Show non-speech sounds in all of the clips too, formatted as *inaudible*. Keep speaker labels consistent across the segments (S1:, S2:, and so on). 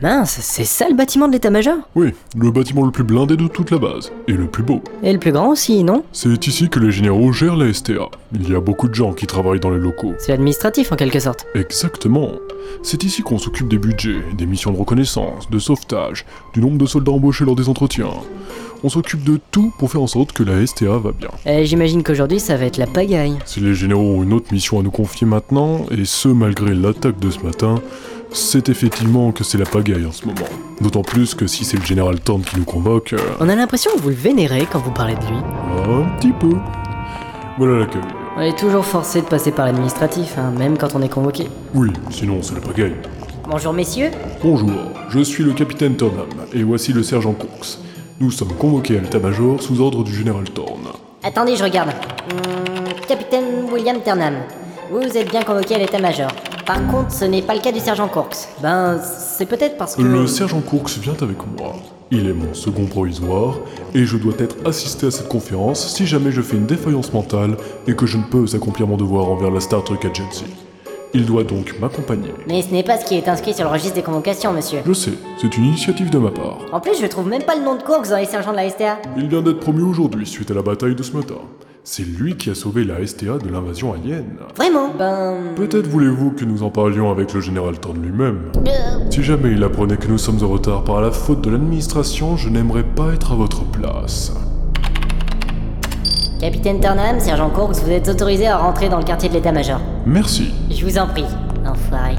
S1: Mince, c'est ça le bâtiment de l'état-major
S2: Oui, le bâtiment le plus blindé de toute la base, et le plus beau.
S1: Et le plus grand aussi, non
S2: C'est ici que les généraux gèrent la STA. Il y a beaucoup de gens qui travaillent dans les locaux.
S1: C'est administratif en quelque sorte.
S2: Exactement. C'est ici qu'on s'occupe des budgets, des missions de reconnaissance, de sauvetage, du nombre de soldats embauchés lors des entretiens. On s'occupe de tout pour faire en sorte que la STA va bien.
S1: Et Eh, j'imagine qu'aujourd'hui ça va être la pagaille.
S2: Si les généraux ont une autre mission à nous confier maintenant, et ce malgré l'attaque de ce matin, c'est effectivement que c'est la pagaille en ce moment. D'autant plus que si c'est le général Thorne qui nous convoque, euh,
S1: On a l'impression que vous le vénérez quand vous parlez de lui.
S2: un petit peu. Voilà la cabine.
S1: On est toujours forcé de passer par l'administratif, hein, même quand on est convoqué.
S2: Oui, sinon c'est la pagaille.
S1: Bonjour messieurs
S2: Bonjour, je suis le capitaine Turnham, et voici le sergent Cox. Nous sommes convoqués à l'état-major sous ordre du général Thorne.
S3: Attendez, je regarde. Hmm, capitaine William Ternam, vous êtes bien convoqué à l'état-major. Par contre, ce n'est pas le cas du sergent Corks. Ben, c'est peut-être parce que...
S1: Euh.
S2: Le sergent Cox vient avec moi. Il est mon second provisoire, et je dois être assisté à cette conférence si jamais je fais une défaillance mentale et que je ne peux accomplir mon devoir envers la Star Trek Agency. Il doit donc m'accompagner.
S3: Mais ce n'est pas ce qui est inscrit sur le registre des convocations, monsieur.
S2: Je sais, c'est une initiative de ma part.
S3: En plus, je trouve même pas le nom de Corks dans les sergents de la STA.
S2: Il vient d'être promu aujourd'hui suite à la bataille de ce matin. C'est lui qui a sauvé la STA de l'invasion alien.
S3: Vraiment Ben...
S2: Peut-être voulez-vous que nous en parlions avec le général Thorne lui-même. Si jamais il apprenait que nous sommes en retard par la faute de l'administration, je n'aimerais pas être à votre place.
S3: Capitaine Ternam, sergent Corks, vous êtes autorisé à rentrer dans le quartier de l'état-major.
S2: Merci,
S3: Je vous en prie. Enfoiré.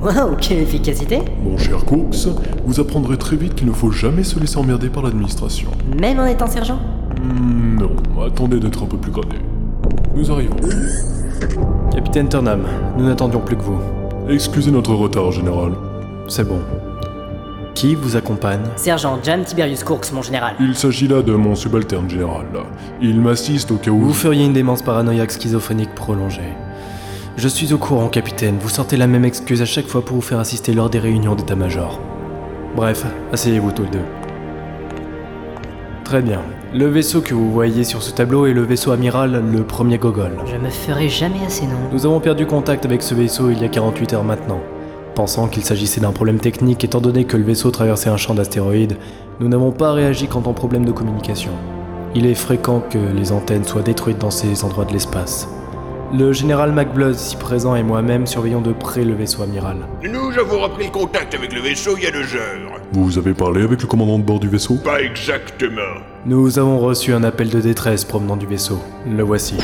S3: Wow, quelle efficacité
S2: mon cher Cooks. Vous apprendrez très vite qu'il ne faut jamais se laisser emmerder par l'administration.
S3: Même en étant sergent
S2: Hmm, non, attendez d'être un peu plus gradé. Nous arrivons.
S4: Capitaine Turnham, nous n'attendions plus que vous.
S2: Excusez notre retard, général.
S4: C'est bon. Qui vous accompagne
S1: Sergent Jam Tiberius Courx, mon général.
S2: Il s'agit là de mon subalterne général. Il m'assiste au cas où...
S4: Vous feriez une démence paranoïaque schizophrénique prolongée. Je suis au courant, capitaine. Vous sortez la même excuse à chaque fois pour vous faire assister lors des réunions d'état-major. Bref, asseyez-vous tous les deux. Très bien. Le vaisseau que vous voyez sur ce tableau est le vaisseau amiral, le premier Gogol.
S1: Je me ferai jamais assez non.
S4: Nous avons perdu contact avec ce vaisseau il y a 48 heures maintenant. Pensant qu'il s'agissait d'un problème technique étant donné que le vaisseau traversait un champ d'astéroïdes, nous n'avons pas réagi quant au problème de communication. Il est fréquent que les antennes soient détruites dans ces endroits de l'espace. Le général McBluzz, ici présent, et moi-même surveillons de près le vaisseau amiral.
S5: Nous avons repris le contact avec le vaisseau il y a deux heures.
S2: Vous avez parlé avec le commandant de bord du vaisseau
S5: Pas exactement.
S4: Nous avons reçu un appel de détresse provenant du vaisseau. Le voici.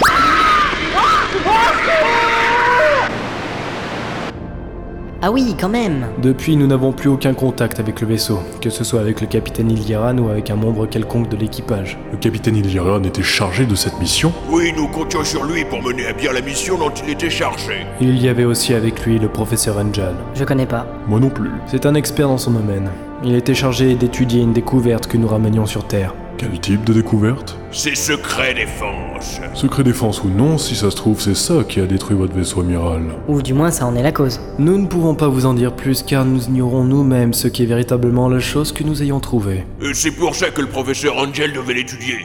S1: Ah oui, quand même
S4: Depuis, nous n'avons plus aucun contact avec le vaisseau, que ce soit avec le capitaine Ilyaran ou avec un membre quelconque de l'équipage.
S2: Le capitaine Iliran était chargé de cette mission
S5: Oui, nous comptions sur lui pour mener à bien la mission dont il était chargé.
S4: Il y avait aussi avec lui le professeur Angel.
S1: Je connais pas.
S2: Moi non plus.
S4: C'est un expert dans son domaine. Il était chargé d'étudier une découverte que nous ramenions sur Terre.
S2: Quel type de découverte
S5: C'est secret défense.
S2: Secret défense ou non, si ça se trouve, c'est ça qui a détruit votre vaisseau amiral.
S1: Ou du moins ça en est la cause.
S4: Nous ne pouvons pas vous en dire plus car nous ignorons nous-mêmes ce qui est véritablement la chose que nous ayons trouvée.
S5: Et Euh, C'est pour ça que le professeur Angel devait l'étudier.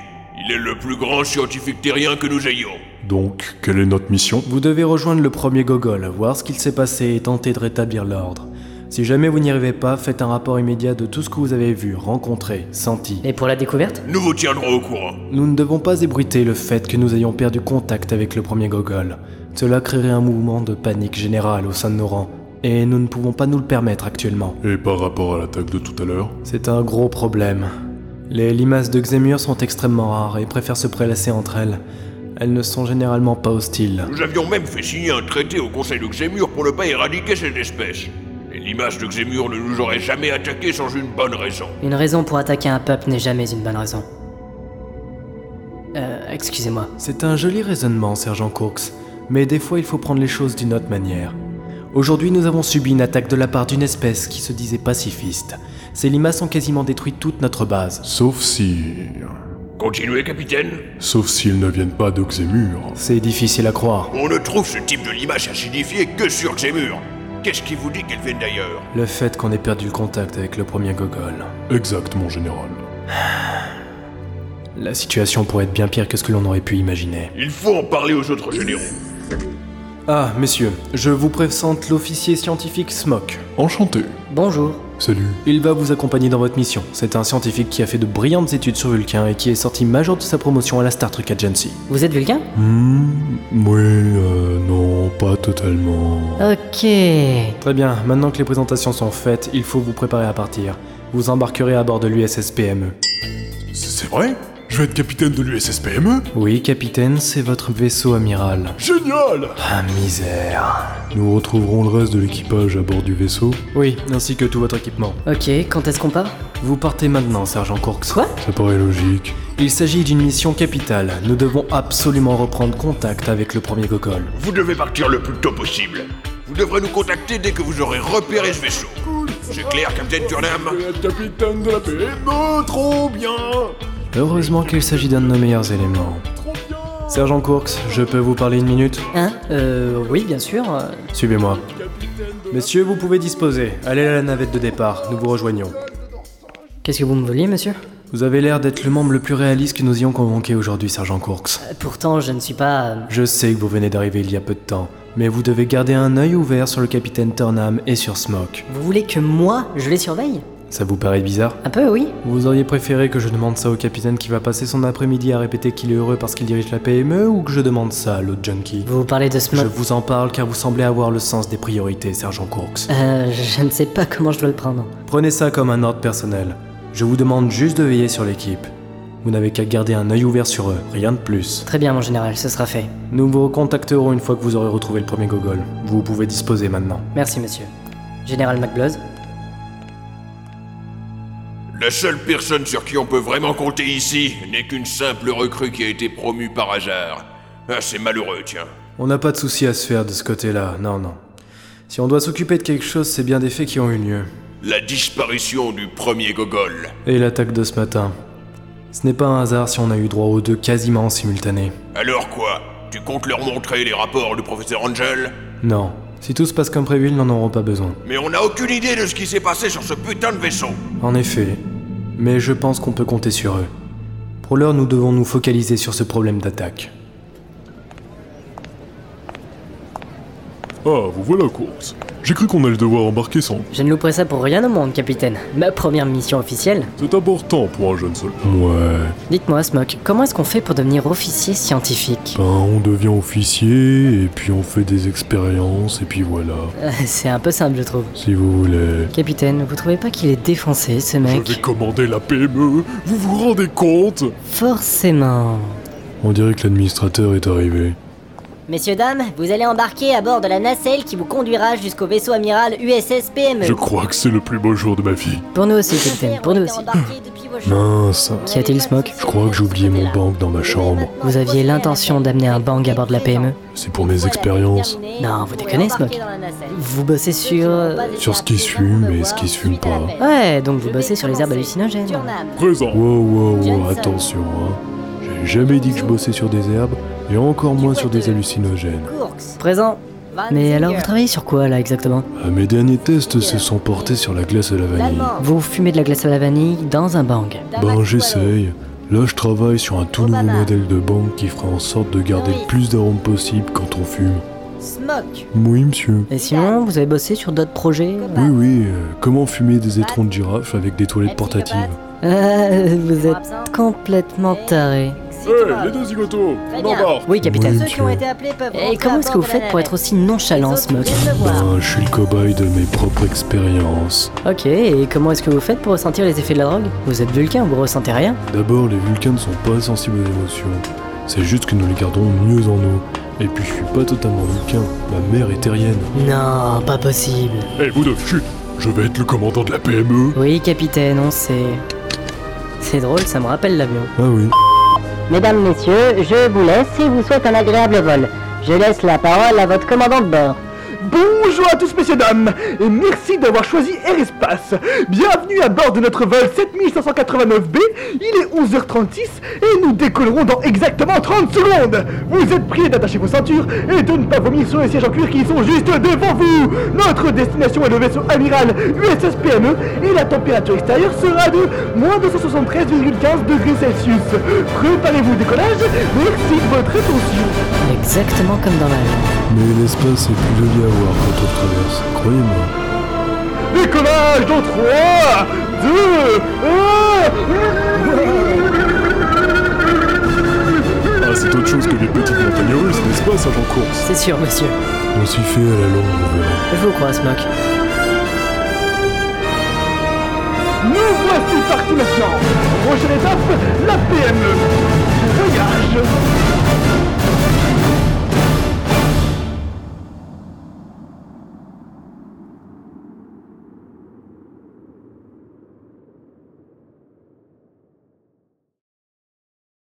S5: Il est le plus grand scientifique terrien que nous ayons.
S2: Donc, quelle est notre mission
S4: Vous devez rejoindre le premier Gogol, voir ce qu'il s'est passé et tenter de rétablir l'ordre. Si jamais vous n'y arrivez pas, faites un rapport immédiat de tout ce que vous avez vu, rencontré, senti.
S1: Et pour la découverte
S5: Nous vous tiendrons au courant.
S4: Nous ne devons pas ébruiter le fait que nous ayons perdu contact avec le premier Gogol. Cela créerait un mouvement de panique générale au sein de nos rangs, et nous ne pouvons pas nous le permettre actuellement.
S2: Et par rapport à l'attaque de tout à l'heure
S4: C'est un gros problème. Les limaces de Xemur sont extrêmement rares et préfèrent se prélasser entre elles. Elles ne sont généralement pas hostiles.
S5: Nous avions même fait signer un traité au conseil de Xémur pour ne pas éradiquer cette espèce. Et l'image de Xémur ne nous aurait jamais attaqués sans une bonne raison.
S1: Une raison pour attaquer un peuple n'est jamais une bonne raison. Euh, excusez-moi.
S4: C'est un joli raisonnement, sergent Cox, mais des fois il faut prendre les choses d'une autre manière. Aujourd'hui, nous avons subi une attaque de la part d'une espèce qui se disait pacifiste. Ces limaces ont quasiment détruit toute notre base.
S2: Sauf si...
S5: Continuez, capitaine.
S2: Sauf s'ils ne viennent pas de Xémur.
S4: C'est difficile à croire.
S5: On ne trouve ce type de limace à signifier que sur Xémur. Qu'est-ce qui vous dit qu'elle viennent d'ailleurs
S4: Le fait qu'on ait perdu le contact avec le premier Gogol.
S2: Exact, mon général.
S4: La situation pourrait être bien pire que ce que l'on aurait pu imaginer.
S5: Il faut en parler aux autres généraux.
S4: Ah, messieurs, je vous présente l'officier scientifique Smock.
S2: Enchanté.
S1: Bonjour.
S2: Salut.
S4: Il va vous accompagner dans votre mission. C'est un scientifique qui a fait de brillantes études sur Vulcain et qui est sorti major de sa promotion à la Star Trek Agency.
S1: Vous êtes Vulcain
S2: Hmm, oui, euh, non, pas totalement.
S1: Ok.
S4: Très bien, maintenant que les présentations sont faites, il faut vous préparer à partir. Vous embarquerez à bord de l'USS PME.
S2: C'est vrai Je vais être capitaine de l'USS PME
S4: Oui, capitaine, c'est votre vaisseau amiral.
S2: Génial
S4: Ah, misère.
S2: Nous retrouverons le reste de l'équipage à bord du vaisseau.
S4: Oui, ainsi que tout votre équipement.
S1: Ok, quand est-ce qu'on part
S4: Vous partez maintenant, sergent Courx.
S1: Quoi
S2: Ça paraît logique.
S4: Il s'agit d'une mission capitale. Nous devons absolument reprendre contact avec le premier Gogol.
S5: Vous devez partir le plus tôt possible. Vous devrez nous contacter dès que vous aurez repéré ce vaisseau. C'est clair, Capitaine Turnham
S2: capitaine de la E. PME Trop bien
S4: Heureusement qu'il s'agit d'un de nos meilleurs éléments.
S2: Trop bien
S4: Sergent Courx, je peux vous parler une minute
S1: Hein Euh, oui, bien sûr. euh,
S4: Suivez-moi. Messieurs, vous pouvez disposer. Allez à la navette de départ, nous vous rejoignons.
S1: Qu'est-ce que vous me vouliez, monsieur
S4: Vous avez l'air d'être le membre le plus réaliste que nous ayons convoqué aujourd'hui, sergent Courx.
S1: Euh, Pourtant, je ne suis pas. euh,
S4: Je sais que vous venez d'arriver il y a peu de temps, mais vous devez garder un œil ouvert sur le capitaine Turnham et sur Smoke.
S1: Vous voulez que moi, je les surveille
S4: Ça vous paraît bizarre
S1: Un peu, oui.
S4: Vous auriez préféré que je demande ça au capitaine qui va passer son après-midi à répéter qu'il est heureux parce qu'il dirige la PME ou que je demande ça à l'autre junkie
S1: Vous parlez de ce
S4: Je
S1: mode.
S4: vous en parle car vous semblez avoir le sens des priorités, sergent Courx.
S1: Euh, je ne sais pas comment je dois le prendre.
S4: Prenez ça comme un ordre personnel. Je vous demande juste de veiller sur l'équipe. Vous n'avez qu'à garder un œil ouvert sur eux, rien de plus.
S1: Très bien, mon général, ce sera fait.
S4: Nous vous recontacterons une fois que vous aurez retrouvé le premier gogol. Vous pouvez disposer maintenant.
S1: Merci, monsieur. Général McBluzz
S5: La seule personne sur qui on peut vraiment compter ici n'est qu'une simple recrue qui a été promue par hasard. Ah, c'est malheureux, tiens.
S4: On n'a pas de souci à se faire de ce côté-là, non, non. Si on doit s'occuper de quelque chose, c'est bien des faits qui ont eu lieu.
S5: La disparition du premier gogol.
S4: Et l'attaque de ce matin. Ce n'est pas un hasard si on a eu droit aux deux quasiment simultanés.
S5: Alors quoi Tu comptes leur montrer les rapports du professeur Angel
S4: Non. Si tout se passe comme prévu, ils n'en auront pas besoin.
S5: Mais on n'a aucune idée de ce qui s'est passé sur ce putain de vaisseau.
S4: En effet. Mais je pense qu'on peut compter sur eux. Pour l'heure, nous devons nous focaliser sur ce problème d'attaque.
S2: Ah, vous voilà, course. J'ai cru qu'on allait devoir embarquer sans
S1: Je ne louperai ça pour rien au monde, capitaine. Ma première mission officielle.
S2: C'est important pour un jeune soldat. Ouais.
S1: Dites-moi, Smoke, comment est-ce qu'on fait pour devenir officier scientifique
S2: Ben, on devient officier, et puis on fait des expériences, et puis voilà.
S1: Euh, C'est un peu simple, je trouve.
S2: Si vous voulez.
S1: Capitaine, vous trouvez pas qu'il est défoncé, ce
S2: Je vais
S1: mec
S2: commander la PME, vous vous rendez compte
S1: Forcément.
S2: On dirait que l'administrateur est arrivé.
S3: Messieurs, dames, vous allez embarquer à bord de la nacelle qui vous conduira jusqu'au vaisseau amiral USS PME.
S2: Je crois que c'est le plus beau jour de ma vie.
S1: Pour nous aussi,
S3: Super,
S1: capitaine, pour nous
S3: on était
S1: aussi.
S3: embarqués depuis vos chambres.
S2: Mince.
S3: Vous
S1: Qu'y a-t-il,
S3: n'avez pas de
S1: Smoke
S3: soucis,
S2: Je crois que j'ai oublié mon
S3: prenez-la.
S2: banque dans ma chambre.
S1: Vous aviez l'intention d'amener un bang à bord de la PME
S2: C'est pour mes expériences.
S1: Non, vous déconnez, Smoke. Vous bossez sur... euh,
S2: Sur ce qui se fume et ce qui se fume pas.
S1: Ouais, donc vous bossez sur les herbes hallucinogènes.
S2: Présent. Wow, wow, wow, attention, hein. J'ai jamais dit que je bossais sur des herbes, et encore moins sur des hallucinogènes.
S1: Présent. Mais alors, vous travaillez sur quoi, là, exactement
S2: Ah, Mes derniers tests se sont portés sur la glace à la vanille.
S1: Vous fumez de la glace à la vanille dans un bang.
S2: Ben j'essaye. Là je travaille sur un tout nouveau modèle de banque qui fera en sorte de garder le plus d'arômes possible quand on fume.
S3: Smoke.
S2: Oui monsieur.
S1: Et sinon, vous avez bossé sur d'autres projets
S2: Oui oui, euh, comment fumer des étrons de girafe avec des toilettes portatives
S1: Euh, *laughs* Vous êtes complètement taré.
S2: deux bah, zigotos,
S3: on embarque.
S1: Oui, capitaine.
S2: Oui.
S3: Ceux qui ont été appelés peuvent
S1: Et comment est-ce que vous faites pour être aussi nonchalant, Smoke
S2: Ben je suis le cobaye de mes propres expériences.
S1: Ok, et comment est-ce que vous faites pour ressentir les effets de la drogue Vous êtes vulcain, vous ressentez rien
S2: D'abord les vulcains ne sont pas sensibles aux émotions. C'est juste que nous les gardons mieux en nous. Et puis je suis pas totalement vulcain, ma mère est terrienne.
S1: Non, pas possible.
S2: Eh vous deux, chut Je vais être le commandant de la E. PME
S1: Oui, capitaine, on sait. C'est drôle, ça me rappelle l'avion.
S2: Ah oui.
S3: Mesdames, messieurs, je vous laisse et vous souhaite un agréable vol. Je laisse la parole à votre commandant de bord.
S6: Bonjour à tous messieurs dames et merci d'avoir choisi Airespace. Bienvenue à bord de notre vol 7589B. Il est 11h36 et nous décollerons dans exactement 30 secondes. Vous êtes priés d'attacher vos ceintures et de ne pas vomir sur les sièges en cuir qui sont juste devant vous. Notre destination est le vaisseau amiral USS PME E et la température extérieure sera de moins 273,15 degrés Celsius. Préparez-vous au décollage. Merci de votre attention.
S1: Exactement comme dans l'avion.
S7: Mais l'espace est plus joli à voir quand on le traverse, croyez-moi.
S6: Décollage dans 3, 2, 1...
S2: Ah, c'est autre chose que les petites montagnes russes, n'est-ce pas, Sergent Course
S1: C'est sûr, monsieur.
S7: On s'y fait à la longue, on verra.
S1: Je vous crois, Smoke.
S6: Nous voici partis maintenant Prochaine étape, la PME Voyage